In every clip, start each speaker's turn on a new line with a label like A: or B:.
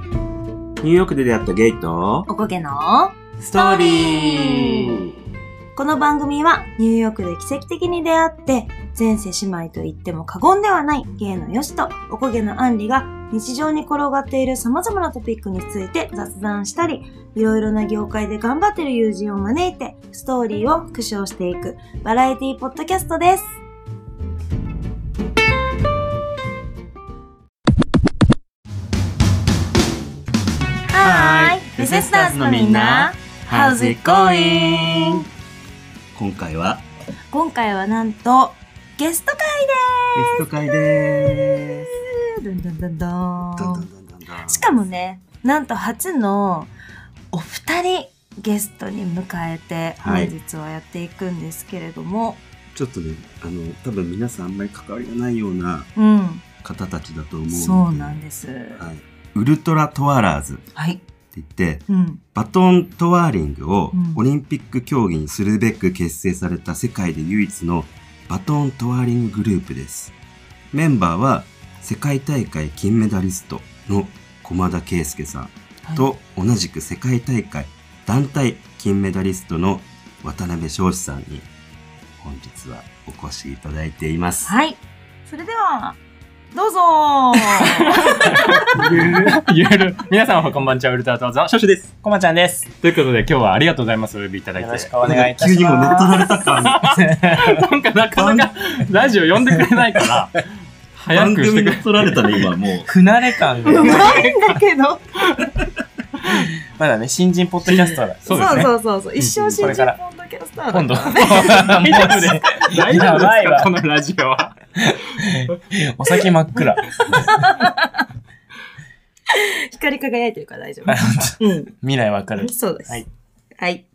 A: ニューヨークで出会ったゲイと
B: おこげの
A: ス
B: トーリーこの番組はニューヨークで奇跡的に出会って前世姉妹と言っても過言ではない芸のよしとおこげのあんりが日常に転がっている様々なトピックについて雑談したりいろいろな業界で頑張ってる友人を招いてストーリーを復唱していくバラエティポッドキャストですはーいレセスターズのみんな How's it going?
A: 今回は
B: 今回はなんとゲスト会
A: ゲスト会でーす
B: ドンドン
A: ど
B: ドンド
A: んど
B: ー
A: んど
B: ン
A: んどんどん
B: しかもねなんと初のお二人ゲストに迎えて
A: は
B: 本
A: い
B: 日はやっていくんですけれども、
A: ちょっとねあの多分皆さんあんまり関わりがないような方たちだと思う
B: う
A: の
B: ん
A: で
B: そうなんです
A: はい、ウルトラトワラーズって
B: はい
A: 言って
B: うん
A: バトントワーリングを
B: うん
A: オリンピック競技にするべく結成された世界で唯一のバトントワーリンググループです。メンバーは世界大会金メダリストの駒田圭介さん
B: はい
A: と同じく世界大会団体金メダリストの渡辺翔士さんに本日はお越しいただいています。
B: はいそれではどうぞー
C: ゆる ゆる皆さんはこんばんちはウルトラトーズのショシュです
D: こまちゃんです。
C: ということで今日はありがとうございますお呼びいただい
D: よ
C: て
D: ろしくお願いいたしま
A: 急
D: す。
A: にもめっとられた感
C: なんかなかなかラジオ呼んでくれないから早
A: 番
C: くして
A: 組
C: く
A: が
C: れ
A: 取られたね、今も う。
D: 不慣れ感が。
B: なんだけど
D: まだね、新人ポッドキャストだ。
C: そうですね
B: そうそうそう一生新
D: これ
B: 人
D: から
B: ポンドキャスターだから
C: 今度大丈夫です大丈夫で
D: やばい
C: すか
D: わ
C: このラジオは
D: お先真っ暗。
B: 光り輝いてるから大丈夫う
D: 未来わかる
B: ん。そうです
D: はい
B: はい、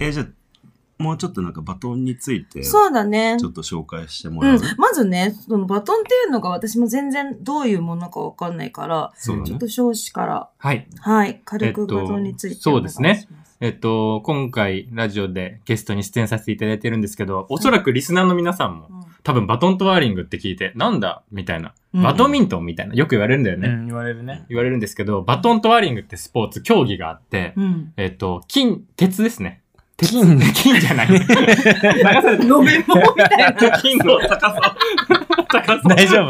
A: えーじゃあ、もうちょっとなんかバトンについて、ちょ
B: そうだね
A: っと紹介しても
B: う
A: らう。
B: ん、まずねそのバトンっていうのが私も全然どういうものかわかんないから
A: そうだね
B: ちょっと少子から
C: はい
B: はい軽
C: え
B: く
C: っと
B: バトンについて
C: そうですね
B: お願いします
C: えっと今回ラジオでゲストに出演させていただいてるんですけどおそらくリスナーの皆さんも多分バトントワーリングって聞いてなんだみたいな
B: うん
C: バドミントンみたいなよく言われるんだよね、
D: うん、言われるね。
C: 言われるんですけどバトントワーリングってスポーツ競技があって、
B: うん
C: えっ、と、金、鉄ですね。 鉄金じゃない。流され
B: 飲め物みたいな
C: た。金の高さ。高さ。
D: 大丈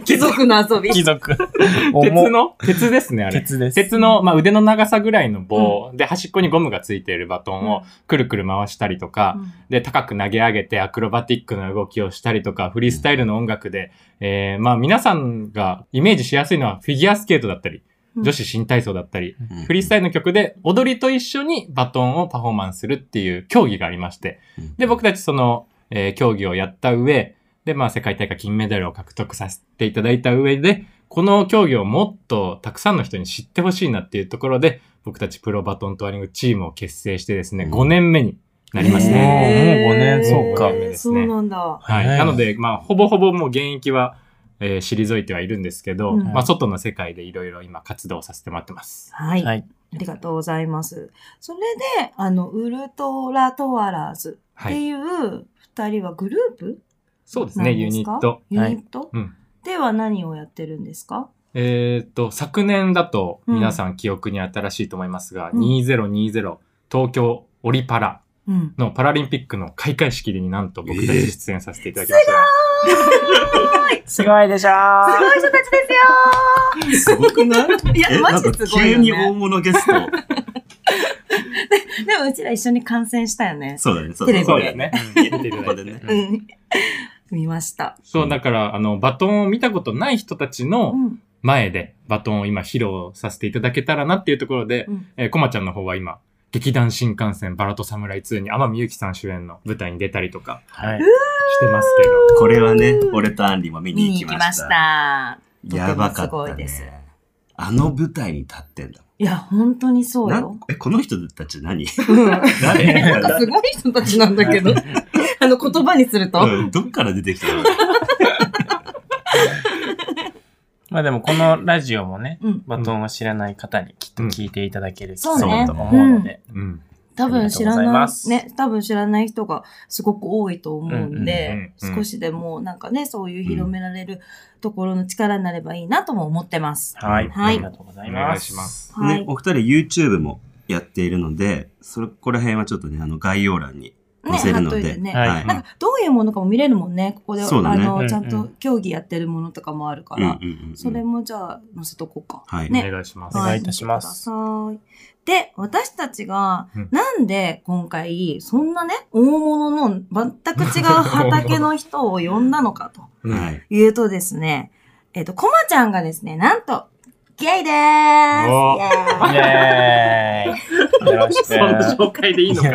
B: 貴族の遊び
D: 貴族。
C: 鉄
D: 重
C: の鉄ですね、あれ。
D: 鉄です。
C: 鉄の、まあ、腕の長さぐらいの棒で端っこにゴムがついているバトンをくるくる回したりとか、で、高く投げ上げてアクロバティックな動きをしたりとか、フリースタイルの音楽で、えー、まあ皆さんがイメージしやすいのはフィギュアスケートだったり、
B: うん
C: 女子新体操だったり、
A: うん
C: フリースタイルの曲で踊りと一緒にバトンをパフォーマンスするっていう競技がありまして、
A: うん
C: で、僕たちその、えー競技をやった上、で、まあ世界大会金メダルを獲得させていただいた上で、この競技をもっとたくさんの人に知ってほしいなっていうところで、僕たちプロバトントワリングチームを結成してですね、
A: うん
C: 5年目になりますね。
B: へー
D: もう五年そうか
B: へーそうなんだ
C: はい。
D: はい
C: なので、まあ、ほぼほぼもう現役は、えー退いてはいるんですけど、
B: うん
C: まあ、外の世界でいろいろ今活動させてもらってます。
B: はい、
D: はい。
B: ありがとうございますそれであのウルトラトワラーズっ
C: は
B: て
C: い。
B: いう二人はグループ
C: そうです
B: な
C: ね、
B: ん
C: ユ
B: です
C: ニ
B: か
C: ット。
B: ユニット、
C: うん
B: では何をやってるんですか
C: えっ、と、昨年だと
B: うん
C: 皆さん記憶に新しいと思いますが、
B: うん
C: 2020東京オリパラ
B: うん
C: のパラリンピックの開会式になんと僕た
A: えー
C: ち出演させていただきました。
D: すごいでしょ
B: すごい人たちです
A: す
B: よ
A: ごくない
B: いや、
A: え
B: マジ
A: なん
B: す
A: か
B: ごい
A: 急
B: よ、
A: に大
B: ね。
A: 物ゲス ト。
B: でもうちら一緒に観戦したよね。
A: そうだね、そう
B: テ
A: だ
B: レ
A: ね。
B: ビ
C: そうですね。
A: 見ていただいて
C: ここでね
B: う。ん。見ました。
C: そう、だから、あの、バトンを見たことない人たちの
B: うん。
C: 前でバトンを今披露させていただけたらなっていうところで、
B: うん
C: えー、コマちゃんの方は今、劇団新幹線バラと侍2に天海祐希さん主演の舞台に出たりとか
D: はい。
C: してますけど、
A: これはね、俺とアンリも見に行きました。
B: た。
A: やばかっ
B: とてもすご
A: た
B: いです
A: ね。あの舞台に立ってんだ
B: いや、本当にそう
A: な
B: よ。
A: え、この人たち何
B: うんなん
A: 誰
B: かすごい人たちなん だけど、あの言葉にすると。
A: うんどっから出てきたの
D: まあでもこのラジオもね、
B: うん。
D: バトンを知らない方にきっと聞いていただける
B: そうね
D: と思うので、
C: うん。
B: 多分知ら
D: ありがとうござい
B: な
D: ま
B: い、
D: す
B: ね、多分知らない人がすごく多いと思うん
D: うん
B: で、
C: うんうん
B: 少しでもなんかね、そういう広められるところの力になればいいなとも思ってます。
D: はい。
B: はい
D: ありがとうござい
C: お願
D: ま。
C: いします
B: は
A: ね
B: い。
A: お二人 YouTube もやっているので、そこら辺はちょっとね、あの概要欄に載せるの
B: 貼っとい
A: で。
B: てね。
D: はい
B: なんかどういうものかも見れるもんね、ここで、
A: そうだ
B: あ
A: ね
B: の、
D: うんうん
B: ちゃんと競技やってるものとかもあるか
A: うんう
B: ら、
A: んうんうん
B: それもじゃあ載せとこうか。
A: はい。
B: ね
C: お願いしま
D: お
C: す。
D: 願いいたします
B: はい見てくださいで、私たちが
C: うん、
B: なんで今回、そんなね、大物の全く違う畑の人を呼んだのかと
A: は
C: はい。
A: い。
B: いうとですね、えっ、と、コマちゃんがですね、なんと、ゲイでーす
C: おー
B: イエーイ
D: イェーイ。よろし く。
C: その紹介でいいのか。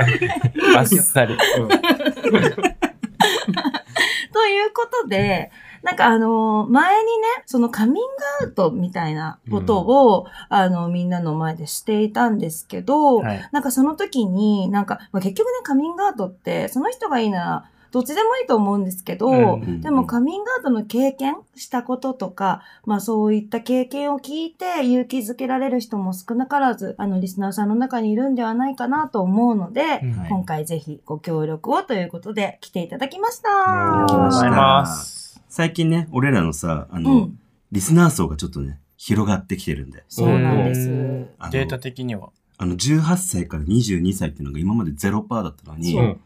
D: バッサリ。
B: ということで、なんかあのー前にね、そのカミングアウトみたいなことを、あの、みんなの前でしていたんですけど、
D: はい。
B: なんかその時に、なんか、まあ、結局ね、カミングアウトって、その人がいいなら、どっちでもいいと思うんですけど、
D: うん
A: うん
B: でもカミングアウトの経験したこととか、まあそういった経験を聞いて勇気づけられる人も少なからず、あのリスナーさんの中にいるんではないかなと思うので、
A: はい
B: 今回ぜひご協力をということで来ていただきました。
C: ありがとうご
D: ざいます。
A: 最近ね、俺らのさ、あ
B: う
A: の、
B: ん、
A: リスナー層がちょっとね、広がってきてるんで。
B: そうなんです。
D: うんデータ的には
A: あの、18歳から22歳っていうのが今まで0%だったのに、
C: うん。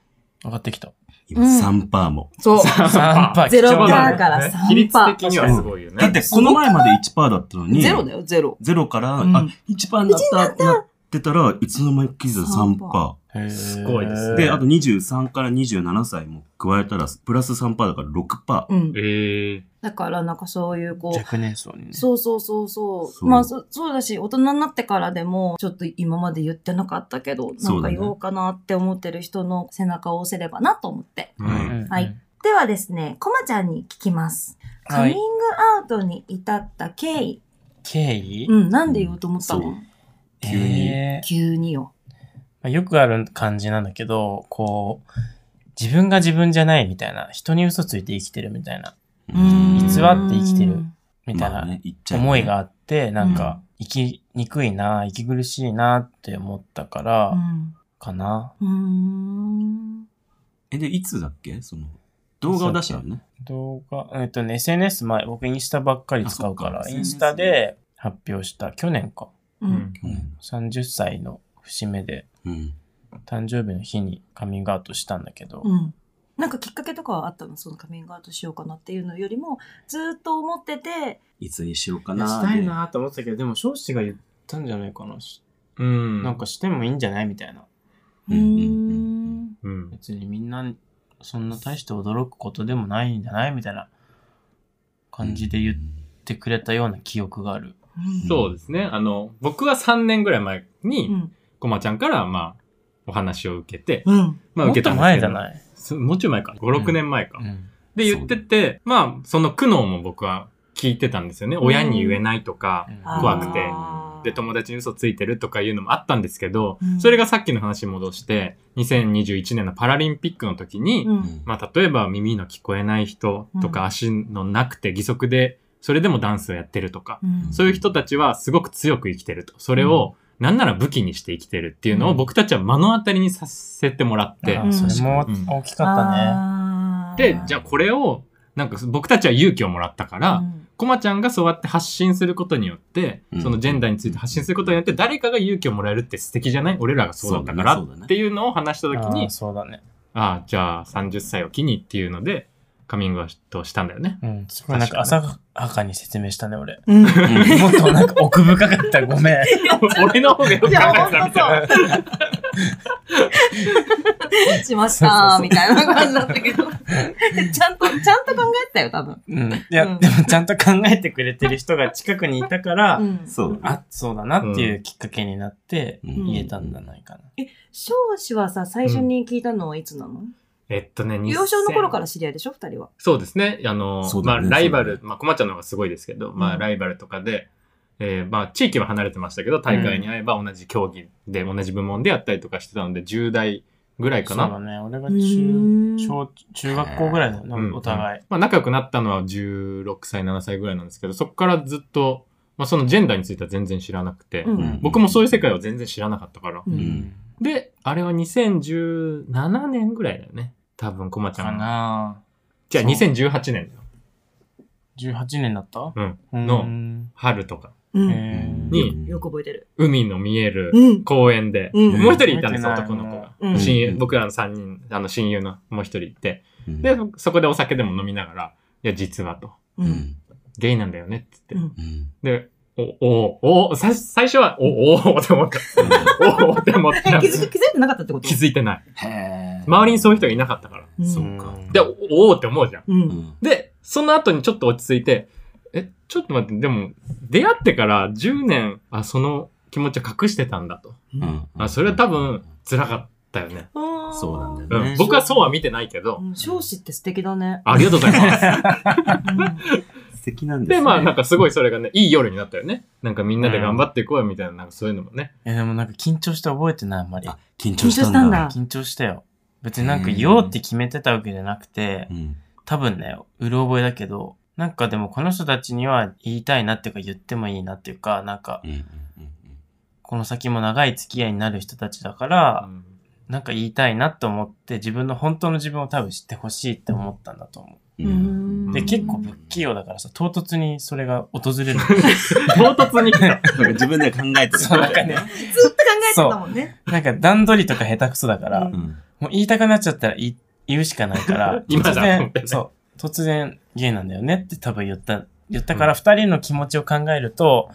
D: 上がってきた。
A: 今3%も。
B: そう。
D: 3%パー。
B: ゼロ
D: 貴重だ
B: パーから3%
C: 比率的にはすごいよね。
A: だって、この前まで1%だったのに、
B: ゼロだよ、ゼロ。
A: ゼロから、
D: うん
A: あ、1%になったってなってたら、いつの間にか気づいたら3%。
D: へー
C: すごいですね
A: で、あと23から27歳も加えたら、プラス3%だから6%。
B: うん。
C: ええ
B: だからなんかそういうこう、
D: 若年層にね。
B: そうそうそうそう。
A: そう
B: まあそ、そうだし、大人になってからでも、ちょっと今まで言ってなかったけど、な
A: そ
B: ん
A: う
B: か
A: だね
B: 言おうかなって思ってる人の背中を押せればなと思って。
A: う
C: うん。
D: うんん
B: はい。ではですね、コマちゃんに聞きます。カ
D: は
B: ミン
D: い
B: グ。アウトに至った経緯。
D: 経緯
B: うん、なんで言おうと思った
A: そう
B: の
A: 急に
D: えー
B: 急によ。
D: まあよくある感じなんだけど、こう、自分が自分じゃないみたいな、人に嘘ついて生きてるみたいな、
A: うん
D: 偽って生きてるみたい
A: まあ
D: な
A: ね、言っちゃえばね
D: 思いがあって、なん
B: うん
D: か、生きにくいな、生き苦しいなって思ったから、
B: うん。
D: かな。
B: うーん。
A: え、で、いつだっけその、動画を出したのね。
D: 動画、えっとね、SNS 前、僕インスタばっかり使うか
A: あ
D: ら、
A: そっか
D: インスタで発表した、去年か、
B: う
C: うんん。
A: 去年
D: 30歳の節目で、
A: の。うん。
D: 誕生日の日にカミングアウトしたんだけど、
B: うん。なんかきっかけとかはあったのそのカミングアウトしようかなっていうのよりも、ずーっと思ってて、
A: いつにしようかなーで
D: したいなと思ってたけど、でも、少子が言ったんじゃないかな。し
C: うん。
D: なんか、してもいいんじゃないみたいな。
B: うー
A: うんうんうん
B: ん。
C: うん。
D: 別にみんなそんな大して驚くことでもないんじゃないみたいな感じで言ってくれたような記憶がある。
C: そうですね。あの、僕は3年ぐらい前
B: う
C: に、
B: ん。
C: こまちゃんから、まあ、お話を受けて、
B: うん。
C: まあ、
D: もっ
C: 受けた
D: と
C: んです
D: 前
C: け
D: じ
C: ど
D: ゃない、
C: そうもうちょい前か。5、6年前か。
D: うん
C: で、言ってて、まあ、その苦悩も僕は聞いてたんですよね。親に言えないとか、怖くて
B: あー
C: で、友達に嘘ついてるとかいうのもあったんですけど
B: うん、
C: それがさっきの話に戻して、2021年のパラリンピックの時に、
B: う。
A: うんん
C: まあ、例えば耳の聞こえない人と
B: う
C: か
B: ん
C: 足のなくて義足でそれでもダンスをやってるとか、
B: うん
C: そういう人たちはすごく強く生きてるとそれをなんなら武器にして生きてるっていうのを僕たちは目の当たりにさせてもらって、
D: あーそれも
C: うん
D: 大きかったね。
B: あー
C: でじゃあこれをなんか僕たちは勇気をもらったから、
B: うん
C: コマちゃんがそうやって発信することによって、
A: うん
C: そのジェンダーについて発信することによって誰かが勇気をもらえるって素敵じゃない俺らがそうだったから
A: そうだねそうだね
C: っていうのを話した時
D: あ
C: に
D: ーそうだね。
C: ああ、じゃあ30歳を機にっていうので、カミングアウトしたんだよね。
D: うん。すごいなんか
C: 確か
D: 浅はかに説明したね、俺。
B: うん。
D: もっとなんか奥深かった。ごめん。
C: 俺の方がよく考え
B: いや、ほん
C: たみ
B: と
C: たいな。
B: そう。 しました、みたいな感じだったけど。 ちゃんと、ちゃんと考えてたよ、多分。
D: うん。いうや、
B: ん
D: でもちゃんと考えてくれてる人が近くにいたから、
B: うん。
A: そう。
D: あ、そうだなっていうきっかけになって、
A: うん
D: 言えたんじゃないかな。
B: 少子はさ、最初に聞いたのはいつなの
C: えっとね、。
B: 幼少の頃からら知り合いでしょ、二人は。
C: そうですね。あの、
A: そう
C: ま
A: だ
C: あ、
A: ね
C: ライバル、
A: そ
C: まあ、コマちゃんの方がすごいですけど、ま
B: う
C: あ、
B: ん
C: ライバルとかで、えーまあ、地域は離れてましたけど、大会に会えば同じ競技で、同じ部門でやったりとかしてたので、10代ぐらいか
D: そうだ
C: な。
D: ね。俺が中、
B: う
D: 小、中学校ぐらいだよね
C: うん
D: お互い。
C: まあ、仲良くなったのは16歳、7歳ぐらいなんですけど、そこからずっと、まあ、そのジェンダーについては全然知らなくて、
B: ん。う
A: うん
B: ん。
C: 僕もそういう世界を全然知らなかったから、
B: う。
D: うんん
C: で、あれは2017年ぐらいだよね。多分、コマちゃ
D: か
C: んが。
D: な
C: じゃあ
D: そう
C: 2018年だよ。
D: 18年だった
C: うん。の
D: の、
C: 春とか。
B: うん。
D: え
C: に
A: うん
B: よく覚えてる。
C: 海の見える
B: うん。
C: 公園で。
B: うん
C: もう一人いたんです、
D: 覚えてない
C: 男の子が。
B: うん
C: 親友
A: うん
C: 僕らの3人、あの親友のもう一人いて。
A: うん
C: で、そこでお酒でも飲みながら、いや、実はと。
B: う。
A: うんん
C: ゲイなんだよねって
B: う
C: 言っ
B: ん
C: て。
A: うん
C: で、お、お、お、さ最初は、お、お、おって思った。お、おって思っ
B: え、
C: た
B: 気。づく気づいてなかったってこと
C: 気づいてない。
A: へー
C: 周りにそういう人がいなかったから。
B: うん
A: そうか。
C: で、お、おって思うじゃん。
B: う。
A: うんん
C: で、その後にちょっと落ち着いて、え、ちょっと待って、でも、出会ってから10年、あ、その気持ちを隠してたんだと。
A: うん
C: あ、それは多分、辛かったよね。
B: あー
A: そうなんだ
C: う
A: よ
C: ん。
A: ね。
C: 僕はそうは見てないけど、
B: うん少子って素敵だね。
C: ありがとうございます。
B: う
A: 素敵なんですね
C: で、まあ、なんかすごいそれがね、いい夜になったよね。なんかみんなで頑張っていこうよみたいな、なんかそういうのもね。
D: え、でもなんか緊張して覚えてない、あんまり
A: あ。緊張したんだ。
D: 緊張したよ。別になんか言おうって決めてたわけじゃなくて
A: う、ん
D: 多分ね、うる覚えだけど、なんかでもこの人たちには言いたいなっていうか言ってもいいなっていうか、なんか
A: うんうん
D: この先も長い付き合いになる人たちだから、なんか言いたいなと思って自分の本当の自分を多分知ってほしいって思ったんだと思
A: うん
B: う
A: うん
B: ん
D: う。で、結構不器用だからさ、唐突にそれが訪れる。
C: 唐突に来た。
A: なんか自分で考えてる。
D: そう、なんか
B: ず
D: ね、
B: っと考えてたもんね。
D: なんか段取りとか下手くそだから、
B: うん
A: うん
D: もう言いたくなっちゃったら言い言うしかないから、
C: 今だ
D: 突然
C: 本当に
D: そう、突然ゲイなんだよねって多分言った、言ったから二人の気持ちを考えると、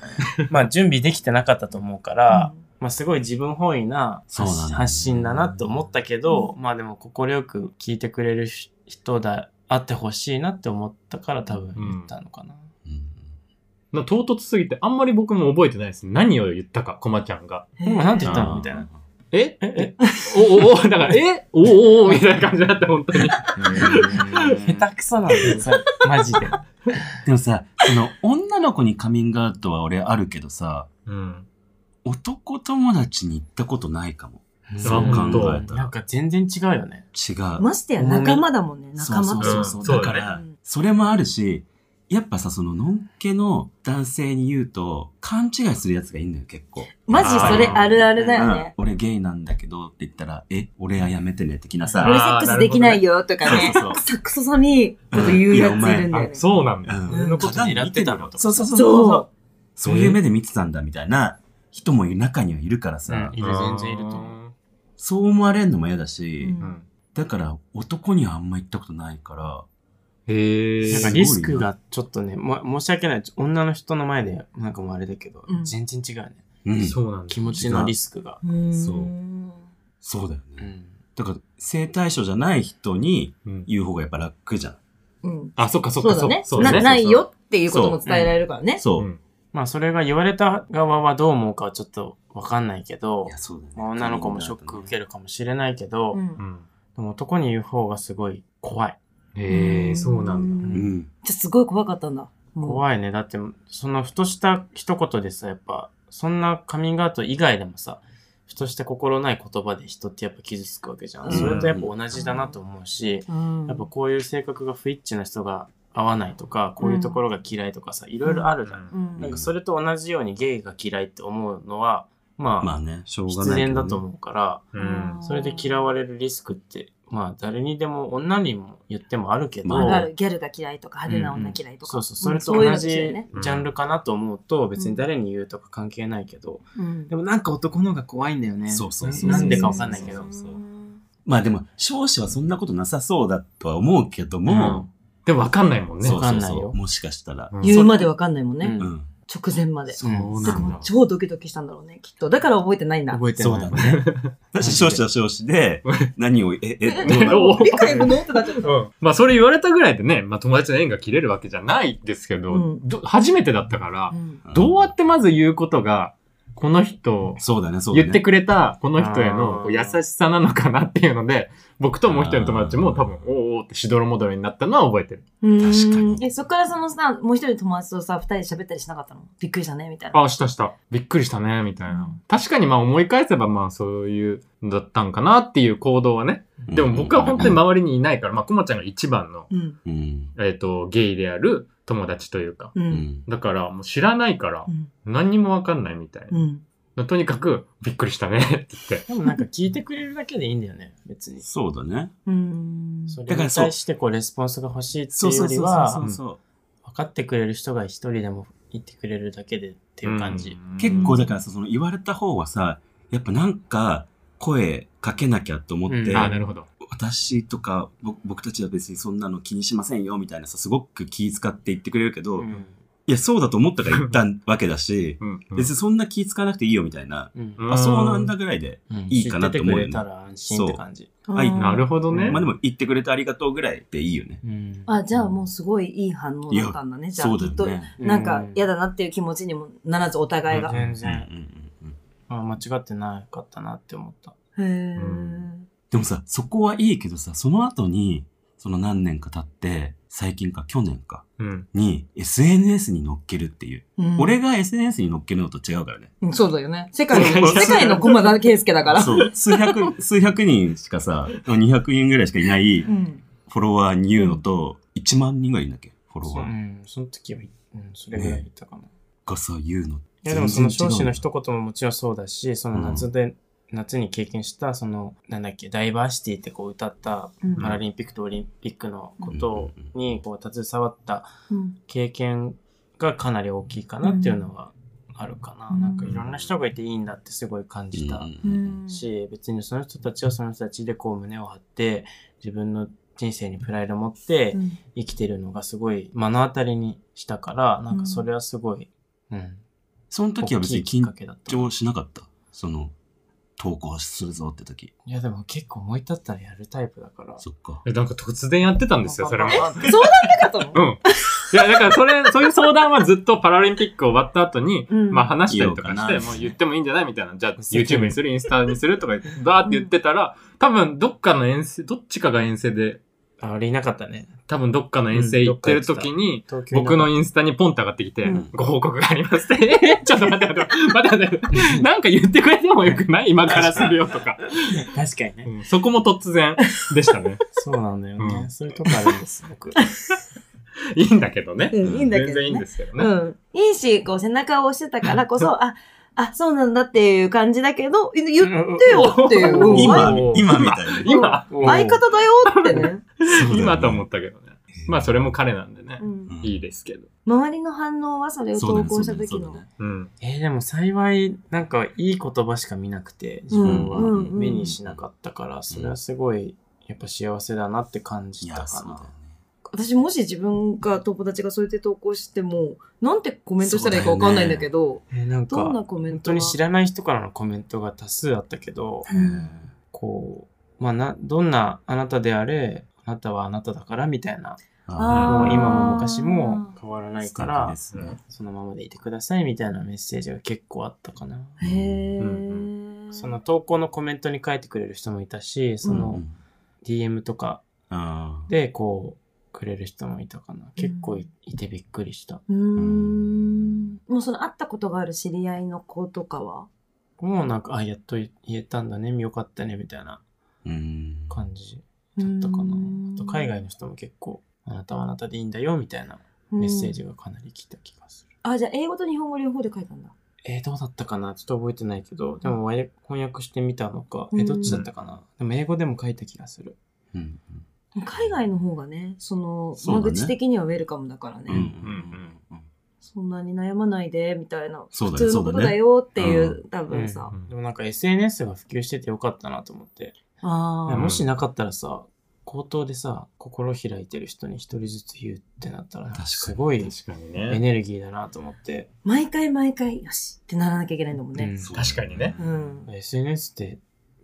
D: まあ準備できてなかったと思うから、まあすごい自分本位な
A: そうなんだよね
D: 発信だなと思ったけど、まあでも快く聞いてくれる人だ、あってほしいなって思ったから多分言ったのかな。
C: な唐突すぎて、あんまり僕も覚えてないです。何を言ったか、コマちゃんが。
B: うん
D: でもなんて言った
C: あー
D: のみたいな。
C: え
D: え、
C: おおおだから、えおおおみたいな感じだった、本当に。
D: え、下手くそなんだよ、それマ ジで。
A: でもさ、その女の子にカミングアウトは俺あるけどさ、
C: うん。
A: 男友達に行ったことないかも。
C: そう
A: 考えたら
D: なんか全然違うよね。
A: 違う。
B: ましてや仲間だもんね、仲間
A: そう
B: と
A: そうそうう。
C: ん
A: だ
C: そう
A: か
C: だね
A: ら
B: うん、
A: それもあるし、やっぱさ、その、のんけの男性に言うと、勘違いするやつがいいんだよ、結構。
B: マジそれあるあるだよね。
A: うん俺ゲイなんだけどって言ったら、え、俺はやめてね、的な
C: うん
B: 俺
A: さ。
B: セックスできないよとかね
A: あーなるほどねそうそう、
B: くさくそさみいこと言うやついるんだよ
C: あ、
B: ね。
C: そうなんだ。
A: うん
C: 俺のこと
A: 鏡
C: 狙
A: 見
C: って
A: て
C: た
A: た
C: のと。
A: そうそうそうそう
B: そう。
A: そういう目で見てたんだ、みたいな人も中にはいるからさ、
D: うんいる全然いると思
C: う。
A: そう思われるのも嫌だし、
B: うん
C: うん
A: だから男にはあんま行ったことないから、
C: へえ。
D: な
A: す
D: んか
A: ごいな
D: リスクがちょっとね、も申し訳ない。女の人の前で、なんかもうあれだけど、
B: うん
D: 全然違うね。
A: うん
C: そうなんだ
D: 気。持ちのリスクが。
B: うん
A: そうそうだよ
D: う
A: ね。
D: ん。
A: だから、性対象じゃない人に
C: うん
A: 言う方がやっぱ楽じゃん。
B: うん。
C: あ、そっかそっ
B: そ
C: か
B: うだね
C: そっか
B: な。
C: そう
B: ないよっていうことも伝えられるからね。
A: そうう。
C: ん
D: まあそれが言われた側はどう思うかはちょっとわかんないけど
A: いや、、そうだよね。
D: まあ、女の子もショック受けるかもしれないけど、
B: うん
C: う
B: じゃ
C: ん。
D: でも男に言う方がすごい怖い。
C: へえ、そうなんだ。
A: う。
D: うん
B: あすごい怖かったんだ。い。
D: 怖いね。だって、そのふとした一言でさ、やっぱ、そんなカミングアウト以外でもさ、ふとした心ない言葉で人ってやっぱ傷つくわけじゃん。それとやっぱ同じだなと思うし、
B: うん
D: やっぱこういう性格が不一致な人が合わないとか、こういうところが嫌いとかさ、いろいろあるじゃん。
B: う
A: な
D: な
B: ん
D: んかそれと同じようにゲイが嫌いって思うのは、まあ、
A: まあね、しょうが
D: 必
A: ないけどね。
D: 然だと思うから、
C: うん。
D: それで嫌われるリスクって、まあ誰にでも女にも言ってもあるけど、
A: まあ
B: わ
A: あ
B: かるギャルが嫌いとか派手な女嫌いと
D: そ
B: か。
D: うそう、それと
B: うん
D: 同じ
B: そう
D: ジ
B: いうのですよね
D: ャンルかなと思うと、別に誰に言うとか関係ないけど、
B: うん
D: でもなんか男の方が怖いんだよね。
A: そうそうそう
D: なんでかわかんないけど
A: そう。そう
B: うん
A: まあでも、少子はそんなことなさそうだとは思うけども、
C: でもわかんないもんね。
A: そう
D: わか
A: そ
D: ん
A: う
D: ない
A: そ
D: よ
A: う。もしかしたら。
B: 言うまで
C: は。
B: わかんないもんね。
D: うん
A: うん。
B: 直前まで。
D: そうなん
C: だ
B: もう超ドキドキしたんだろうね、きっと。だから覚えてないんだ。
D: 覚えて
A: そう
D: な
A: だ
D: い。
A: ね。だし、少子は少子 で、何を、え、え、どうなの
C: どう
B: 理解不能ってなっちゃっ
C: うん、まあそれ言われたぐらいでね、まあ、友達の縁が切れるわけじゃないですけど、
B: うん
C: ど初めてだったから、
B: た。うん
C: どうやってまず言うことが、この人、
A: そうだね、そうだね。
C: 言ってくれたこの人へのこう
D: あ
C: 優
D: ー
C: しさなのかなっていうので、僕ともう一人の友達も多分
A: あ、ー
C: おーおーってしどろもどろになったのは覚えてる。
A: 確かに
B: え、そっからそのさ、もう一人友達とさ、二人で喋ったりしなかったのびっくりしたね、みたいな。
C: ああ、したした。びっくりしたね、みたいな。
B: うん
C: 確かにまあ思い返せばまあそういうのだったんかなっていう行動はね。
A: うん
C: でも僕は本当に周りにいないから、まあコマちゃんが一番の、
B: うん。
A: うん。
C: えっ、と、ゲイである友達というか。
B: う。
A: うんん。
C: だからもう知らないから
B: う、ん。
C: 何にもわかんないみたいな。
B: うん。
C: まあとにかく、びっくりしたねって言って。
D: でもなんか聞いてくれるだけでいいんだよね、別に。
A: そうだね。
B: うん。
D: それ
A: だか
D: に
A: らそう
D: 対してこう、レスポンスが欲しいって
A: そう
D: いう
A: そ
D: よ
A: う
D: り
A: そう
D: は
A: そ、うそう。
D: 分かってくれる人が一人でもいてくれるだけでっていう感じ。
C: うん
A: 結構だからさその言われた方はさやっぱなんか声かけなきゃと思って、
D: うん
C: ああ、なるほど。
A: 私とかぼ僕たちは別にそんなの気にしませんよみたいなさすごく気遣って言ってくれるけど、
D: う
A: い
D: ん
A: やそうだと思ったから言ったわけだし
C: うん。
A: 別にそんな気遣わなくていいよみたいな、
D: うん
C: うん
A: あそうなんだぐらいで、
D: うん
A: いいかなと思うよね
D: 知っててくれたら安心って感じ。
A: はい
B: うん
C: なるほどね。
A: まあでも言ってくれてありがとうぐらいでいいよね。
D: うん
B: あ、じゃあもうすごいいい反応だったんだね。じゃあ
A: そうだ
B: きっと、
A: よね。
B: なんか嫌
D: だ。
B: だなっていう気持ちにもならずお互いが。
D: う
A: うん
B: へ
D: 全
A: うん
D: 然、
A: うんうん
D: あ間違ってなかったなって思った。
B: え。
A: でもさそこはいいけどさその後にその何年か経って最近か去年か
C: うん。
A: に SNS に乗っけるっていう
B: うん
A: 俺が SNS に乗っけるのと違うからね。
B: うんそうだよね。世界の、
A: そう
B: 世界の駒田圭介だから。
A: そう。数百、数百人しかさ、200人ぐらいしかいないフ
B: ん。
A: ォロワーに言うのと、1万人ぐらいいるんだっけフォロ
D: そ
A: ワ
D: うう
A: ー
D: ん、その時は、うん、それぐらい言ったかな。
A: がさ、言うの。
D: いやでもその
A: 全
D: 少
A: 然違
D: 子
A: う
D: の一言ももちろんそうだし、その夏で、夏に経験した、その、なんだっけ、ダイバーシティってこう歌った、
B: うん
D: パラリンピックとオリンピックのことに、こう、携わった
B: うん
D: 経験がかなり大きいかなっていうのはあるかな。
B: うん
D: なんかいろんな人がいていいんだってすごい感じた
A: うん
B: う
A: うんうん
B: ん
D: し、別にその人たちはその人たちでこう胸を張って、自分の人生にプライドを持って
B: うん
D: 生きてるのがすごい目の当たりにしたから、なんかそれはすごい、うん。
A: その時は別に
D: 大きいきっか
A: 緊
D: けだった
A: 張しなかった。その、投稿するぞって時。
D: いやでも結構思い立ったらやるタイプだから。
A: そっか。
C: えなんか突然やってたんですよ、それも。
B: そうだったの
C: うん。いや、だから それ、そういう相談はずっとパラリンピック終わった後に、
B: うん
C: まあ話したりとかし
A: いい
C: て、
A: のかな
C: もう言ってもいいんじゃないみたいな。じゃあ
D: 責任
C: YouTube にする、インスタにするとか、バーって言ってたら、多分どっかの遠征、どっちかが遠征で、
D: あれいなかったね。
C: 多分どっかの遠征行ってる時に、
D: 東京いな
C: 僕
D: かった
C: のインスタにポンと上がってきて、
B: うん
C: ご報告がありますって、 えーちょっと待って待って待って待って、なんか言ってくれてもよくない今からするよとか、
D: 確かにね。
C: うんそこも突然でし たね。
D: そうなんだよね。
C: うん
D: そういうとこあるんです、僕。
C: いいんだけどね。
B: うんいいんだけどね
C: 全然いいんですけどね。
B: うん。いいし、こう背中を押してたからこそ、あ、あ、そうなんだっていう感じだけど、い言ってよっていう。
C: うん
A: 今
D: うん、
A: 今みたいな。
C: 今
D: おー
B: 相方だよってね。
C: 今と思
A: っ
C: ったけどね。まあそれも彼なんでね
B: う。ん
A: うん
C: いいですけど。
B: 周りの反応はそれを投稿した時の。
C: うん。
D: えーでも幸い、なんかいい言葉しか見なくて、自分
A: うん
D: は
A: うんうん
D: 目にしなかったから、それはすごい、やっぱ幸せだなって感
A: い
D: じた
A: や、
D: か
A: そうだよ
D: な。
A: ね。
B: 私もし自分が友達がそうやって投稿しても、なんてコメントしたらいいかわかんないんだけど、
D: えーなんか、
B: どんな
D: 本
B: コメント
D: 当に知
B: ら
D: らない人からのコメントが多数あったけど、
B: うん
D: こう、まあな、どんなあなたであれ、あなたはあなただからみたいな、
B: あー
D: もう今も昔も変わらないか
A: 素敵
D: ら
A: で、すね
D: そのままでいてくださいみたいなメッセージが結構あったかな。
B: へ
C: う
B: ー。
D: その投稿のコメントに書いてくれる人もいたし、そ
A: うんう
D: の
A: ん
D: DM とか
A: あー
D: でこうくれる人もいたかな。結構いいてびっくりした。
B: うーん。もうその会ったことがある知り合いの子とかは
D: もうなんか、あ、やっと言えたんだね、よかったね、みたいな
A: うん
D: 感じだったかな
B: うーん。
D: あと海外の人も結構、あなたはあなたでいいんだよ、みたいなメッセージ
B: うん
D: がかなり来た気がする。
B: あ、じゃあ英語と日本語両方で書いたんだ。
D: えーどうだったかなちょっと覚えてないけど、でも和訳翻訳してみたのか、
B: うん
D: え、どっちだったかなでも英語でも書いた気がする。
A: うん
B: 海外の方がね、その、
A: そうだ
B: 間
A: ね
B: 口的にはウェルカムだからね。
A: うんうんうんうん
B: そんなに悩まないで、みたいな。
A: そうだね
B: 普通のことだよっていう、
A: そうだ
B: 多分さ。
C: うん
D: でもなんか SNS が普及しててよかったなと思って。
B: ああ。
D: もしなかったらさ、口頭でさ、心開いてる人に一人ずつ言うってなったら、なん
A: 確かに
D: すごい
C: 確かに
D: エ
C: ね。
D: ネルギーだなと思って。
B: 毎回毎回、よしってならなきゃいけないんだもんね。
D: そう
C: 確かにね
B: うん。
D: SNS って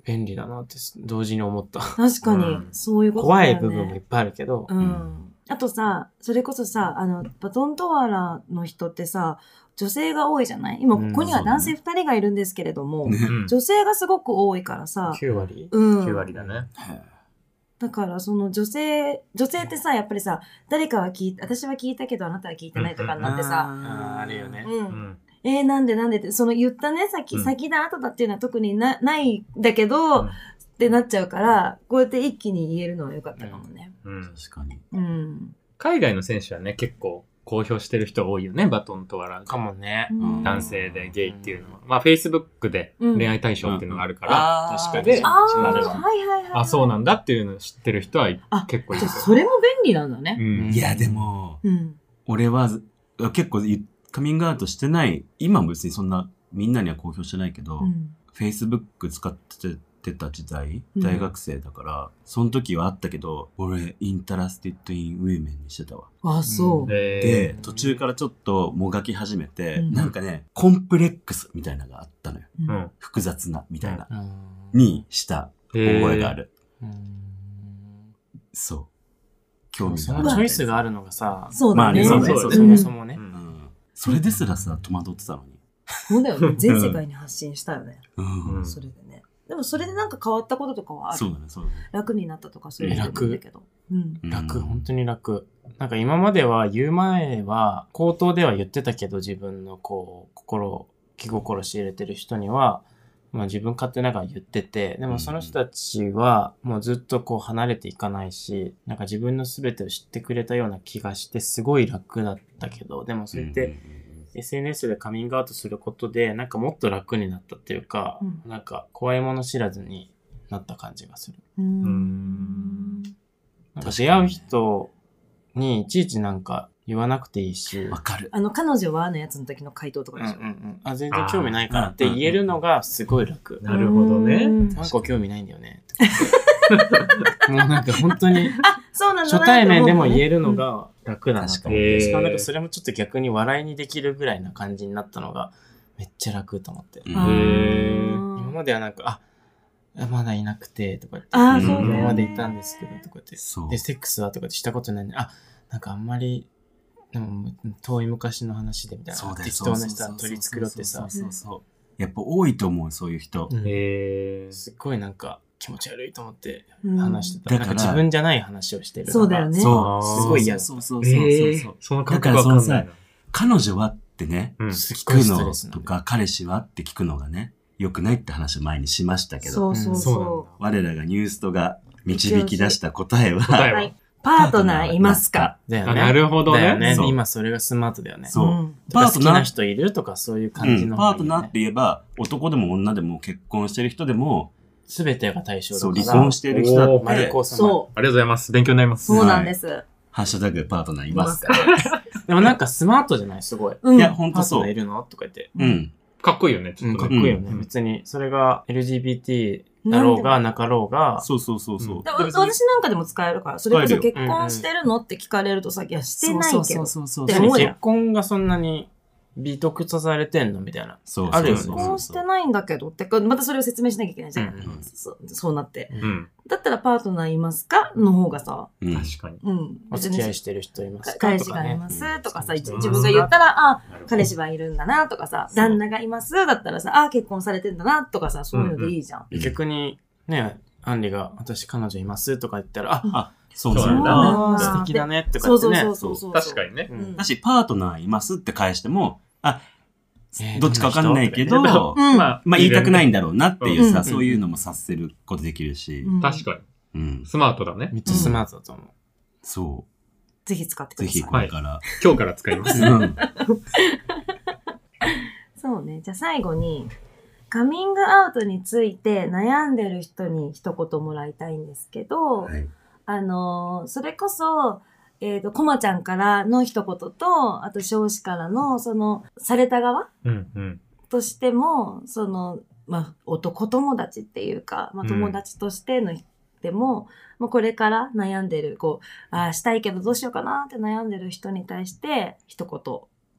D: 便利だなってす同時に思った。
B: 確か
C: う
B: に
C: ん、
B: そういうこと
D: 怖
B: だよ
D: い
B: ね。
D: 部分もいっぱいあるけど、
B: うん。あとさ、それこそさ、あの、バトントワラの人ってさ、女性が多いじゃない今、ここには男性2人がいるんですけれども、
A: ね
C: うん
B: 女性がすごく多いからさ、
D: 9割、
B: うん。
C: 9割だね。
B: だから、その女性、女性ってさ、やっぱりさ、誰かは聞い私は聞いたけど、あなたは聞いてないとかになってさ、
D: あーあるよね
B: う。ん。
C: うん
B: えー、なんでなんでって、その言ったね、先、
C: うん
B: 先だ、後だっていうのは特にな、ないんだけど、
C: うん
B: ってなっちゃうから、こうやって一気に言えるのは良かったかもね。
C: うん
A: 確かに。
B: うん。
C: 海外の選手はね、結構公表してる人多いよね、バトンと笑う。
D: かもね。
E: うん
C: 男性でゲイっていうのは。まあ、Facebook で恋愛対象っていうのがあるから、
B: あー
D: 確かに
C: で
E: ああ、
D: な
E: はい
D: るほど
E: はいはい。
C: あ、そうなんだっていうのを知ってる人は
B: あ
C: 結構い
B: じ
C: る
B: ゃあ。それも便利なんだね。
C: うん
A: いや、でも、
B: うん。
A: 俺は結構言カミングアウトしてない、今も別にそんなみんなには公表してないけど、
B: うん。
A: Facebook 使ってた時代、
B: うん
A: 大学生だから、その時はあったけど、俺、インタラスティッド・イン・ウィメンにしてたわ。
B: あ、そう。
A: で
C: で、、
A: 途中からちょっともがき始めて、
B: うん
A: なんかね、コンプレックスみたいなのがあったのよ。
B: うん
C: うん。
A: 複雑な、みたいな。
D: うん
A: にした覚えがある。
D: うん
A: そう。興味
D: そ
A: があ
D: の
A: る。
D: チョイスがあるのがさ、
B: そう
A: ま
B: だ
A: あね
B: ね。
A: そうだね
D: そうう
A: だ
D: そ
B: ね
D: もそも
C: う。
D: ね。
A: うんん。それですらさ、戸惑ってたのに。
B: そうだよ ね。全世界に発信したよね。
A: うん。
C: うん
B: それでね。でもそれでなんか変わったこととかはある
A: そうだね、そうだね。
B: 楽になったとかそういうことだけど。うん。
A: うん
D: 楽、本当に楽。なんか今までは言う前は、口頭では言ってたけど、自分のこう、心を、気心知れてる人には、まあ自分勝手ながら言ってて、でもその人たちはもうずっとこう離れていかないし、なんか自分の全てを知ってくれたような気がして、すごい楽だったけど、でもそれって、SNS でカミングアウトすることで、なんかもっと楽になったっていうか、
B: うん
D: なんか怖いもの知らずになった感じがする。
B: う。
C: うんん。
D: なんか出会う人にいちいちなんか言わなくていいし、
A: わかる。
B: あの、彼女はのやつの時の回答とか
D: うんう
B: で
D: んう
B: しょ。
D: ん、あ全然興味ないからって言えるのがすごい楽。
C: なるほど
B: う
C: ね。
B: ん
D: なんか興味ないんだよね。もうなんか本当に
B: あ、そうなんだ
D: 初対面でも言えるのが楽だなと
C: うん確か
D: 思って。
C: に
D: しかもなんかそれもちょっと逆に笑いにできるぐらいな感じになったのがめっちゃ楽と思って。
A: うん
B: あー
D: 今まではなんか、あ、まだいなくて、とか言って、
B: あ
A: ーそうだよね
D: 今までいたんですけど、とか言って、
A: そう
D: で、セックスはとかってしたことないのに、あ、なんかあんまり、でも遠い昔の話でみたい
A: そう
D: な、
A: だよ
D: 適当な人は取り繕って
A: そ
D: さ
A: う、そうそうそうそう。やっぱ多いと思う、そういう人。
D: うん
C: えー
D: すっごいなんか気持ち悪いと思って
B: うん
D: 話してた。
A: だ
D: な
A: か
D: ん
A: ら
D: か自分じゃない話をしてる。
B: そうだよね
A: そう。
C: あー
D: すごい嫌だ
A: そうそうそうそ
C: え
A: う
C: ー
A: そう。
C: その感覚わかんないな。
A: 彼女はってね、
C: うん
D: すっ
A: 聞く
D: ごいストレ
A: の
D: スな
A: と
D: んだよ。
A: か、彼氏はって聞くのがね、良くないって話を前にしましたけど、
B: そうそうそ
A: 我らがニューストが導き出した答え
B: う。
C: 答
A: は、
C: え
B: はい。パートナーいますか
D: だよね。
C: あなるほどね
D: だよね
A: そう
D: 今それがスマートだよね。
A: そう
B: うん
A: パ
D: パ
A: ー
D: ー
A: ト
D: ト
A: ナー
D: ナー好きな人いるとかそういう感じ
A: うん
D: の
A: パ
D: 方
A: ート
D: がいいよね、
A: ナーって言えば、男でも女でも結婚してる人でも、
D: すべてが対象だ
A: そ
D: か
A: う、
D: ら。
A: 離婚してる人だっ
C: おー
D: 丸
A: て
D: 子、様
B: そ
C: ありがとうございます。勉強になりま
B: う。
C: す。
B: そうなんです。
A: ハッシュタグパートナーいますか
D: でもなんかスマートじゃないすごい。
B: うん。
A: いや、ほん
D: パ
A: と
D: ート
A: そ。
D: ナーいうるのとか言って。
A: うん。
C: かっこいいよね、ちょっ
D: か
C: と
D: っこ
C: ね。
D: いいよね。
A: うん
D: 別に、それが LGBT だろうが、なかろうが、
A: そうそうそうそう。
B: でも私なんかでも使えるから、それこそ結婚してるのって聞かれるとさ、いや、してないけど。
A: そうそうそう
B: で
A: そう
B: も
D: 結婚がそんなに美徳とされてんのみたいな。
A: そう
D: あるよね
A: そう
B: 結
A: そう
B: 婚してないんだけどって、またそれを説明しなきゃいけないじゃん。
D: うん
B: そそうなって。
C: う。ん。
B: だったらパートナーいますかの方がさ、
A: うん
C: 確かに。
B: うん。
D: お付き合いしてる人いま
B: 別
D: す
B: に
D: か
B: 彼
D: と
B: 氏
D: か
B: がい
D: ね。
B: ますとかさ、
A: うん
B: 自分が言ったら、あ、彼氏
C: は。
B: はいるんだなとかさ、
A: そう
B: 旦那がいますだったらさ、あ、結婚されてんだなとかさ、そういうのでいいじゃん。
A: うん
D: 逆に、ね、アンリが、私彼女いますとか言ったら、あ、
A: そう
C: そう
A: なん
B: そう
A: だ。
D: あ
B: そ
D: ー
B: うなんだ
D: 素敵だねとか
B: そう
D: 言って
B: そう
D: ね。
B: そうそうそう。
C: 確かにね。
D: うん
A: だし、パートナーいますって返しても、あ、どっちかわかんないけ
D: ど
A: ど、
D: ん
B: な人
A: ま
B: とかねうん
A: あ言いたくないんだろうなっていうさ、
B: うん
A: そういうのも察せることできるし、
B: うん
C: 確か
A: うん
C: に。。スマートだね
D: め。っちゃスマートだと思う。
A: そ
B: ぜひ使って
A: う。
B: く
A: ぜ
B: ださ
A: ひ
B: い。
A: これから。
C: 今日から使います。
A: うん
B: そうね。じゃあ最後に、カミングアウトについて悩んでる人に一言もらいたいんですけど、
A: はい
B: あのーそれこそ、えっ、と、コマちゃんからの一言と、あと、少子からの、その、された側
C: うんうん。
B: としても、その、まあ、男友達っていうか、まあ、
C: うん
B: 友達としての、でも、まあ、これから悩んでる、こう、ああ、したいけどどうしようかなって悩んでる人に対して、一言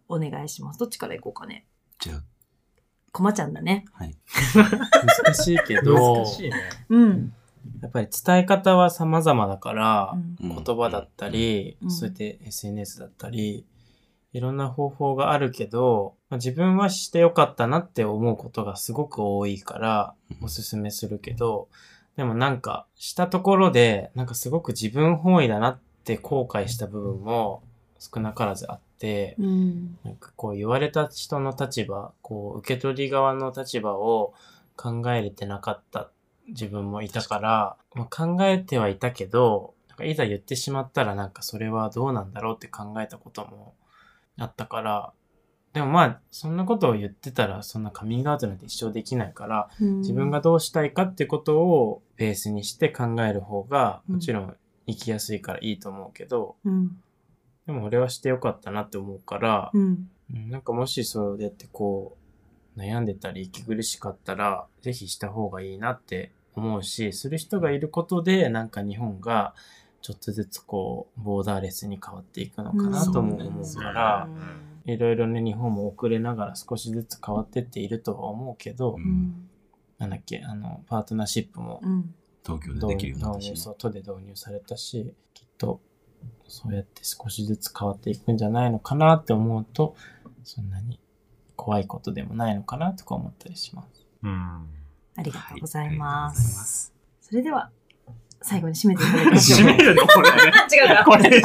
B: お願いします。どっちからいこうかね。
A: じゃあ、
B: コマちゃんだね。
A: はい。
D: 難しいけど、
C: いね。
B: うん。
D: やっぱり伝え方は様々だから、
A: うん
D: 言葉だったり、
B: うん
D: そうやって SNS だったり、いろんな方法があるけど、まあ自分はしてよかったなって思うことがすごく多いから
A: うん
D: おすすめするけど、でもなんかしたところで、なんかすごく自分本位だなって後悔した部分も少なからずあって、
B: うん。
D: なんかこう言われた人の立場、こう受け取り側の立場を考えれてなかった自分もいたから、まあ、考えてはいたけど、なんかいざ言ってしまったらなんかそれはどうなんだろうって考えたこともあったから、でもまあ、そんなことを言ってたら、そんなカミングアウトなんて一生できないから、自分がどうしたいかってことをベースにして考える方が、
F: うん
D: もちろん生きやすいからいいと思うけど、
F: うん。
D: でも俺はしてよかったなって思うから、
F: うん。
D: うんなんかもしそうやってこう、悩んでたり息苦しかったら、ぜひした方がいいなって思うし、する人がいることで、なんか日本が、ちょっとずつこう、ボーダーレスに変わっていくのかなとも
A: うん
D: 思う
A: そうね
D: から、いろいろね、日本も遅れながら少しずつ変わってっているとは思うけど、
A: う
F: うんん。
D: なんだっけ、あの、パートナーシップも
F: うん。
A: 東京で
D: 導
A: できるように
D: 入
A: なった
D: 導
A: し
D: 入、そう都で導入されたし、きっと、そうやって少しずつ変わっていくんじゃないのかなって思うと、そんなに怖いことでもないのかなとか思ったりします。
C: うん。
F: ありがとうござい
A: は
F: ま
A: ありがとうござい
F: す。
A: ます。
F: それでは、最後に締めていただきましょう。
C: 締めるのこれ。
F: 違うな。
C: これで。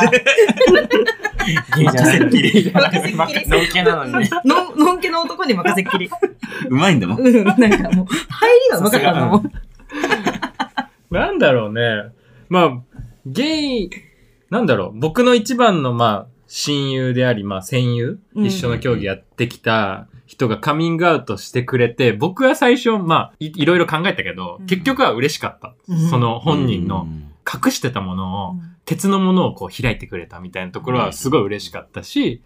D: いいじゃない
A: ギリ
F: 任せっきり。
D: のんけな のに。
F: のんのんけの男に任せっきり。
A: うまいんだもん。
F: うん、なんかもう、入りが分かったんだもん。
C: なんだろうね。まあ、ゲイ、なんだろう。僕の一番の、まあ、親友であり、まあ、戦友、
F: うん
C: 一緒の競技やってきた人がカミングアウトしてくれて、僕は最初、まあ、いいろいろ考えたけど、
F: うん
C: 結局は嬉しかった。
F: うん
C: その本人
A: う
C: の
A: ん
C: 隠してたものを、鉄のものをこう開いてくれたみたいなところはすごい嬉しかったし、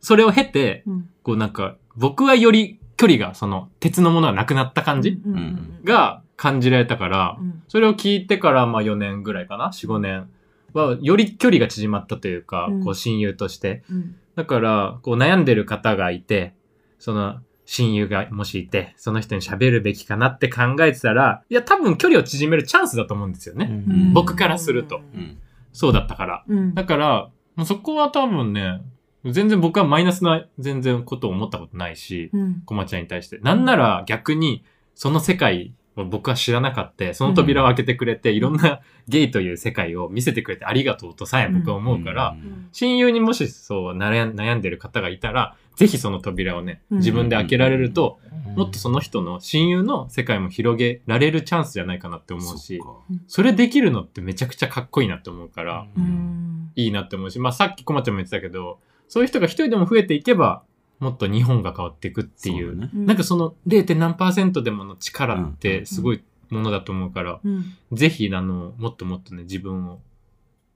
C: それを経て、
F: うん
C: こうなんか、僕はより距離が、その、鉄のものはなくなった感じ
F: うんうんうん
C: が感じられたから
F: う、ん
C: それを聞いてから、まあ4年ぐらいかな ?4、5年は、より距離が縮まったというか、
F: うん
C: こう親友として。
F: うん
C: だから、こう悩んでる方がいて、その、親友がもしいて、その人に喋るべきかなって考えてたら、いや、多分距離を縮めるチャンスだと思うんですよね。
A: うん
C: 僕からすると。
A: うん
C: そうだったから。
F: うん
C: だから、もうそこは多分ね、全然僕はマイナスな、全然ことを思ったことないし、
F: うん
C: コマちゃんに対して。なんなら逆に、その世界を僕は知らなかった、その扉を開けてくれて、いろんなゲイという世界を見せてくれてありがとうとさえ僕は思うから、、親友にもしそう悩ん悩んでる方がいたら、ぜひその扉をね、
F: うん
C: 自分で開けられると、も
D: も
C: っとその人の親友の世界も広げられるチャンスじゃないかなって思うし、
A: そっか
C: それできるのってめちゃくちゃかっこいいなって思うから、
F: う
A: うん
C: いいなって思うし、まあさっきこまちゃんも言ってたけど、そういう人が一人でも増えていけば、もっと日本が変わっていくっていう、
A: そだね
F: うん
C: なんかその 0. 何パーセントでもの力ってすごいものだと思うから、
F: うん
C: ぜひ、あの、もっともっとね、自分を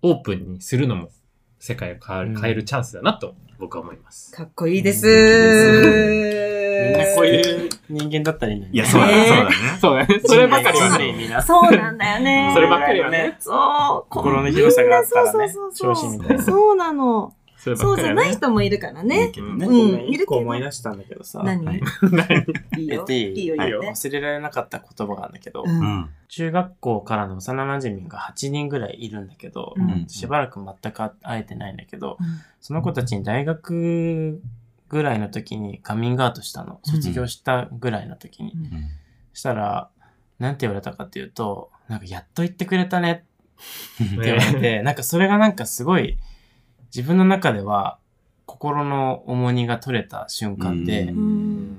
C: オープンにするのも、世界を変え
D: う
C: る
D: ん
C: 変えるチャンスだなと僕は思います。
F: かっこいいです。
D: みんなこういう人間だったらいいのに。
A: いや、そうだね。
F: ね
A: そうだね。
C: そうだね。そればかりは
D: つま
C: ね。
D: り皆さん
F: そうなんだよね。
C: そればっかりはね。
F: そう。
D: 心の広さがあったらね
F: そう、そう
D: 調
F: そ
D: 子
F: う
D: み
F: そ。
D: たいうな。
F: そうなの。
C: それば
F: そ
C: っ
F: うじ
C: かり
F: ゃ
C: は
F: ない
C: ね。
F: 人もいるから
A: いい
F: ね。
A: けどね。
F: うん
D: ごめん一個思い出したんだけどさ。
F: 何
A: はい
F: いいよ。い
D: 言っていい
F: いよ、いいよね。
D: 忘れられなかった言葉があるんだけど、
F: うん
A: うん。
D: 中学校からの幼馴染が8人ぐらいいるんだけど、
A: うん
D: しばらく全く会えてないんだけど、
F: うん
D: その子たちに大学ぐらいの時にカミングアウトしたの。卒業したぐらいの時に。
A: うん
D: したら、なんて言われたかっていうと、なんかやっと言ってくれたねって言われ て、なんかそれがなんかすごい、自分の中では心の重荷が取れた瞬間で、
A: うん
F: うん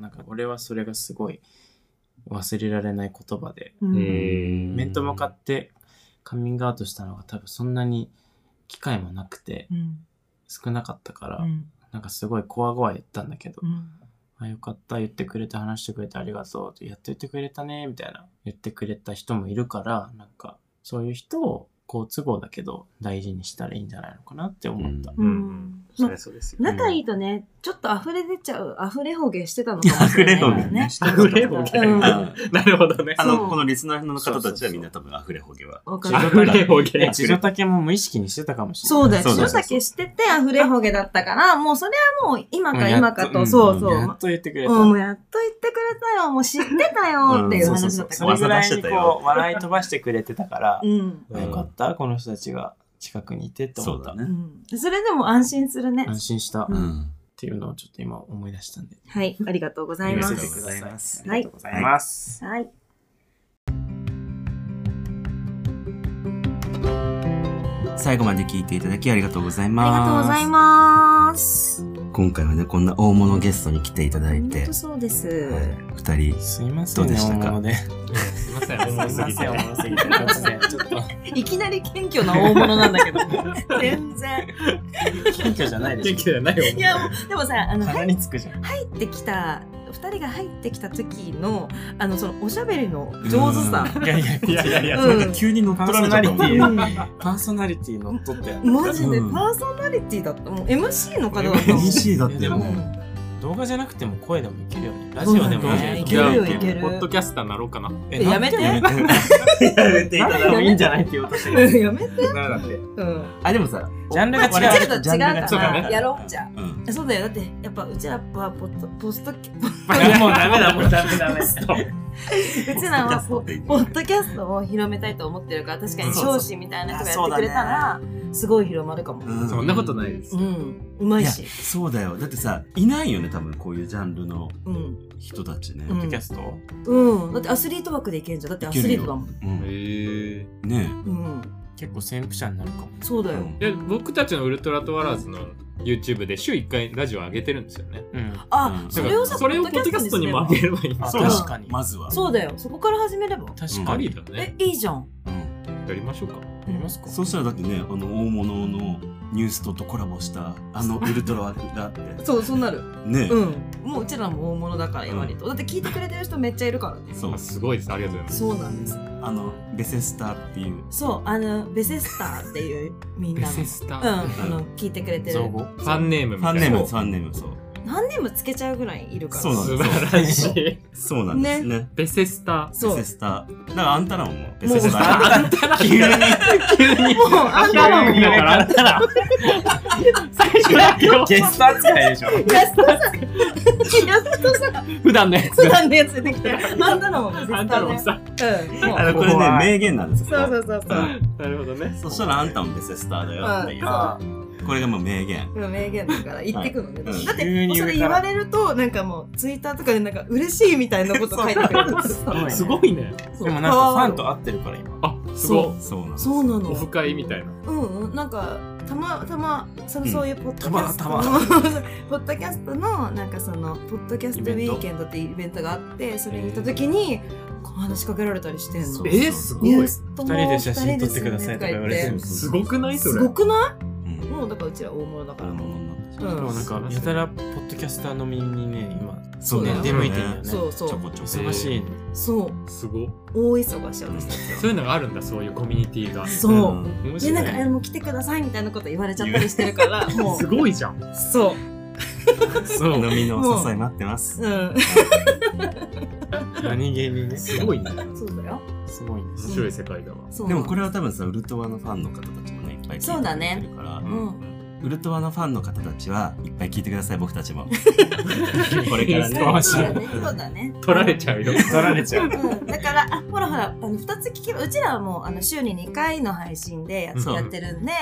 D: なんか俺はそれがすごい忘れられない言葉で、
F: うん
D: 面と向かってカミングアウトしたのが多分そんなに機会もなくて
F: うん
D: 少なかったから、
F: うん
D: なんかすごい怖々言ったんだけど、
F: うん
D: あよかった言ってくれて話してくれてありがとうってやっと言ってくれたねみたいな言ってくれた人もいるからなんかそういう人を好都合だけど大事にしたらいいんじゃないのかなって思った、
F: う
C: うんん。そりゃそうですよ。
F: 仲いいとね、ちょっと溢れ出ちゃう、溢れほげしてたのかもしれないからね。
A: 溢れ
C: ほげ
F: う
A: うん
F: ん
A: あ
C: なるほどね。
F: そう
A: の、このリスナーの方たちはみんな多分溢れほげは。
F: わか
D: あ
F: る。
C: 溢れほ
D: で
C: げ。
D: 地上竹も無意識にしてたかもしれない
F: そうだよ。
A: そうだ
F: 白
A: よ
F: 酒してて、溢れほげだったから、もうそれはもう今
D: も
F: か
D: うやっ
F: 今か
D: う
F: と、
D: ん
F: そうそ
D: や
F: う
D: っ。と言ってくれた、
F: うん、もうやっと言ってくれたよ。もう知ってたよっていう
D: そうそ
F: 話
D: うそ
F: だっ
D: う
F: たか
D: そ
F: ら。
D: れぐらいにこう笑い飛ばしてくれてたから
F: う、ん。
A: うん
D: よかったこの人たちが近くにいてって
A: そ
D: 思っ
A: う
D: た、
A: だ
F: う
A: ね。
F: ん。それでも安心するね。
D: 安心した、
F: う
D: っ
A: ん。
D: ていうのをちょっと今思い出したんで
F: はい。ありがとうございま
A: りがとう
F: す。
A: ございます
D: ありがとうございます、
F: はい。
A: 最後まで聞いていただきありがとうござい
F: あり
A: ます。
F: がとうございます。
A: す。今回はね、こんな大物ゲストに来ていただい
G: 本
A: て
G: 当、そうです。
A: はい、二人、
D: すいません
A: どう
D: ね、
A: でした
D: 大
A: か
D: 物で。
C: すいません、
D: す
C: 重す
D: いま
C: ぎ
D: せん、大
C: て。
D: 物すぎて。突然、ちょっと、
B: いきなり謙虚な大物なんだけど全然
D: 謙虚じゃないで
C: 元
D: しょ
C: 気。じゃないよ。
B: いやもうでもさあの入
D: 鼻につくじゃん。
B: ってきた2人が入ってきた時のあのそのおしゃべりの上手さ
D: いやいや、
C: いやいやいや、
B: う
C: なん
B: ん
C: か急に乗っ取られちゃったもん
D: パーソナリティ
C: ね。
D: パーソナリティ乗っ取ったよね。
B: マジでパ
A: うん
B: ーソナリティだったもう MC の方だったもん
A: MC だっ
D: いや
A: て
D: で
A: も
D: も
A: う、
D: 動画じゃなくても声でもいけるよね。ラジオでもね。
B: いけるよいける
C: ポッドキャスターになろうかな。
D: え
B: やめて
D: なんでやめていただいてもいいんじゃないって言おう としてる。
B: うんやめて
D: ならだって。
B: うん
A: あ、でもさ、
D: ジャンルが違う
B: ちょっと違う
A: ジャンルが違う
B: か
C: から
B: ら
C: ね
B: やろうじゃあ
A: うん。
B: そうだよだってやっぱうちらはポッドポストキ
D: もうダメだ、もうダメダメ。
B: うちらはポポッドキャストを広めたいと思ってるから確かに少子みたいな人がやってくれたらすごい広まるかも
A: うん
C: そんなことないです
B: う。んうま
A: い
B: い
A: や
B: し
A: そうだよだってさいないよね多分こういうジャンルの
B: うん
A: 人たちね、
B: う
D: ポッド
B: ん
D: キャスト
B: うんだってアスリート枠でいけんじゃんだってアスリートだもん
A: うん、
C: へえ。
A: ね
B: うん
D: 結構先駆者になるかも。
B: そうだ
A: え、う
B: よ
A: ん
C: で僕たちのウルトラトワラーズの YouTube で週1回ラジオ上げてるんですよね。
D: うん。
B: あ、
A: うん
B: それを
C: だか
B: さ
C: らそれをポッドキャストにも上げればいいんだ
D: あ
A: そうだ
D: 確かに。
A: まずは
B: そうだよそこから始めれば
D: 確
A: うん
D: か
C: あ
D: に。
C: り
D: や
C: だ
B: え
C: ね。
B: いいじゃん
A: うん
C: やりましょうか。
B: え
D: りますか
A: そうしたらだってねあの大物のニュースととコラボしたあのウルトラワーだって
B: そうそうなる
A: ねえ、
B: うんもううちらも大物だから
A: うん
B: 割とだって聞いてくれてる人めっちゃいるからね
A: そう
C: あすごいです。ありがとうございます。
B: そうなんです
A: あのベセスターっていう
B: そうあのベセスターっていうみん
C: ベ
B: なの
C: セスタ
B: うん
C: ー。
B: あの聞いてくれてる
D: 造語
C: ファンネームみ
A: フ
C: た
A: ァ
C: い
A: ンネ
C: な。
A: ーム
B: そう
A: ファンネームそう
B: 何年もつけちゃうぐらいいるから
A: そうなん
C: 素晴らしい。
A: そうなんですね
C: ベセスタ
B: そう
A: ベセスターだからあんたらももうベ
B: もう
A: セスター
B: あん
C: ー。た だ、
A: 急に
C: 急に。
B: もうあんたらも
C: 急にだから、あんたら。 最初 だけを
D: ゲスト扱いでしょ。
B: やっと さやっとさ
C: 普段のやつ
B: 普
C: が。
B: 段のやつ出て きてあんたらもベセスタ
C: あんたら
B: ー
C: も
B: ね
C: さ。
B: うんも
A: あのこれね名言なんです
B: う
A: よ
B: そうそうそうそう
A: うん
C: なるほどね。
A: そしたらあんたもベセスターだよっていう、
B: あ
A: これがもう名言
B: うん名言だから言ってくのね、
A: はい
B: だって
D: 急
B: もう
D: に
B: それ
D: 上
B: 言
D: か
B: わ
D: ら
B: れるとなんかもうツイッターとかでなんか嬉しいみたいなこと書いてくる
D: ごいね
C: すごいね。
B: そう
D: でもなんかファンと会ってるから今。
C: あ、すごい。
A: そうなんです
B: そうな
C: オフ
B: の
C: 会みたいな。
B: うんうんなんかたまたまその
A: うん
B: そういうポッドキャスト
D: た
B: の、
D: ま
B: ポッドキャストのなんかそのポッドキャス
A: イ
B: ト
A: ベ
B: ウ
A: ン
B: ィ
A: ト
B: ーケンドっていうイベントがあってそれに行った時にこう話しかけられたりしてん
A: そ
B: の
A: う
C: えーすごい
B: ニュースとも
D: 二人で写真撮ってくださいとか言われて
B: 二人ですよね
C: すごくない
B: とか言って
C: そ
B: す
C: れ
B: ご。くな
A: うん
B: いもうだからうちら大物だから、
D: でもなんかやたらポッドキャスターのみにね今
A: そう
B: だよ
D: ね
B: ね
D: 出向いてるよね。
B: そうそ
A: ちょ
B: う
A: こちょこ
D: 忙しいの。
B: そう
C: すごい。
B: 大忙し私たち
C: そういうのがあるんだ、そういうコミュニティが。
B: そう、
A: ん
C: 面
B: で
C: 白
B: ないんかあ
C: ね。
B: の来てくださいみたいなこと言われちゃったりしてるからも
C: すごいじゃん。
B: うそ
C: そう。
A: 飲みのお支え待ってます
B: ううん
D: 何気にね。
C: すごいね。
B: そうだよ
D: すごいね。
C: 面白い世界だわ。
B: そう
A: でもこれは多分さウルトワのファンの方たちもねいっぱい聞いて
B: そうだね
A: くれてるから、
B: ん
A: ウルトワのファンの方たちはいっぱい聞いてください僕たち もこれからね
B: そ
D: そう
B: うだねそうだね
C: 取られちゃうよ。
D: 取られちゃ
B: う
D: う。
B: んだからあほらほらあの2つ聞けばうちらはもうあの週に2回の配信でや
C: そう
B: やってるんで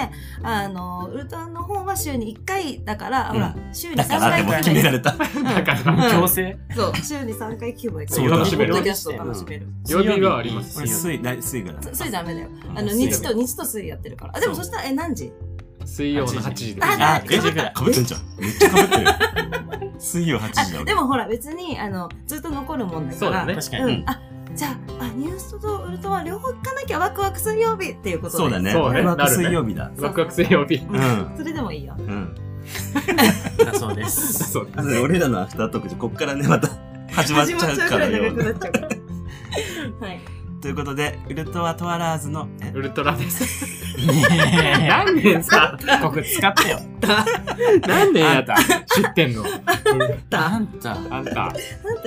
B: あのウルトラの方は週に1回だから、
A: うん
B: ほら週に
A: だ
B: 3
A: からでも
B: 回聞
A: 決
B: けば
A: め
B: いい
A: られた
C: だから、
D: 強制
B: そう週に3回聞けばいいか
A: そ
B: ら
A: うだ
B: ポッドキャストを
D: 楽
B: 楽
D: し
B: しめる
C: 曜日はあります
A: 俺水大水がだ
B: そそれダメだよ
A: うん
B: あの
D: 水
B: 日と日と水やってるからあでもそしたらえ何時
C: 水曜の8時で
B: あ
C: す。
A: あ
D: 9
A: え
D: 時ぐらい。
A: かぶってんじゃんめっちゃかぶってる 水曜8時だ
B: あ
A: 俺
B: でもほら別にあのずっと残るもんだ
C: そ
B: か
C: うだ
B: ら
C: ね。
D: 確か
B: う
D: に。
B: ん、あじゃああニュースとウルトは両方行かなきゃワクワク水曜日っていうことで
A: そうだね
C: そうね
A: ワクワク
C: なるね
A: 水曜日だ
C: ワクワク水曜日。
A: うん
B: それでもいいよ
A: うん
D: だそうです。
C: そう
A: あの俺らのアフタートークじゃこっからねま た始まっちゃうから
B: 始まっちゃう
A: よ
B: くらい長くなっちゃうからはい
A: ということでウルトワトワラーズのえ
C: ウルトラです。
D: ね
C: 何年さ、
D: えここ使ってよ。
C: 何年やった知ってんの。
D: あんた。
C: あんた。
B: なんと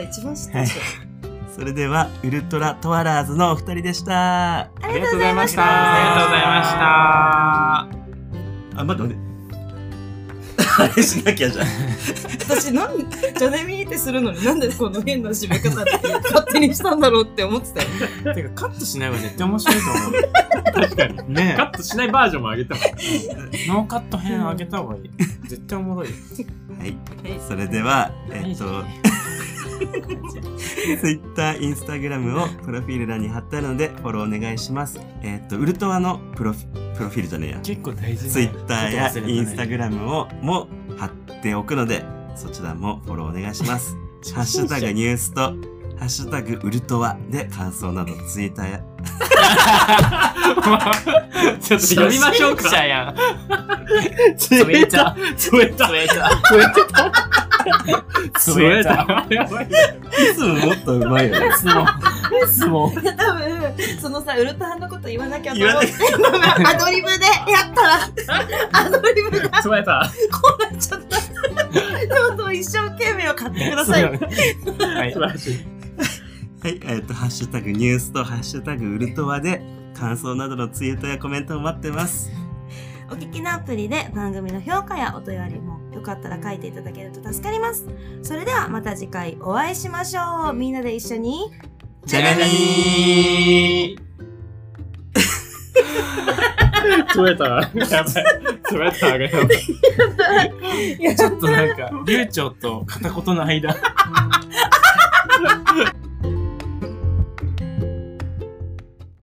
B: 一番知ってるでしょ
A: それではウルトラトワラーズのお二人でした
C: ありがとうございました。
D: ありがとうございました。
A: あ、待って待って。あれしなきゃじゃん。
B: 私なんジョネミーってするのになんでこの変な締め方って勝手にしたんだろうって思って たよ
D: てかカットしない方が絶対面白いと
C: 確かに。
D: 思う。ね
C: カットしないバージョンもあげたもん。
D: えノーカット編あげた方がいい。絶対おもろいよ。
A: はい。それでは、えっと、Twitter、Instagram をプロフィール欄に貼ってあるので、フォローお願いします。えっと、ウルトワのプロフィプロフィールじゃねえや。
D: 結構大事な
A: Twitter や
D: こと忘れたね
A: Instagram をも貼っっておくので、そちらもフォローお願いし ます。ハッシュタグニュースと、ハッシュタグウルトワで感想などツイッターや、
C: ちょっと読みましょう
D: 初心者
C: か。
D: やん。
C: ツ
D: ツイッター。
C: ツイッタ
D: ツイッタ
C: ー。
D: ツイッタ
C: ー。やばい。
A: いつももっとうまいよね。
D: ー。質問。質 問。
B: 多分、そのさ、ウルトラのこと言わなきゃと
A: 言
B: 思
A: わ
B: っ
A: な
B: て
A: い。
B: アドリブでやったら、アドリブで
D: ツイッタ
B: こうなっちゃった。どうぞ一生懸命を買ってください。
D: ー。はい。
A: はい、えっ、と、ハッシュタグニュースと、ハッシュタグウルトワで、感想などのツイートやコメントを待ってます。
B: お聞きのアプリで番組の評価やお問い合わせもよかったら書いていただけると助かります。それではまた次回お会いしましょう。みんなで一緒に。
A: じゃがじゃにー
D: ツイッター。
C: やばい。ツイッターがやばい。
D: ちょっとなんか、流暢と片言の間。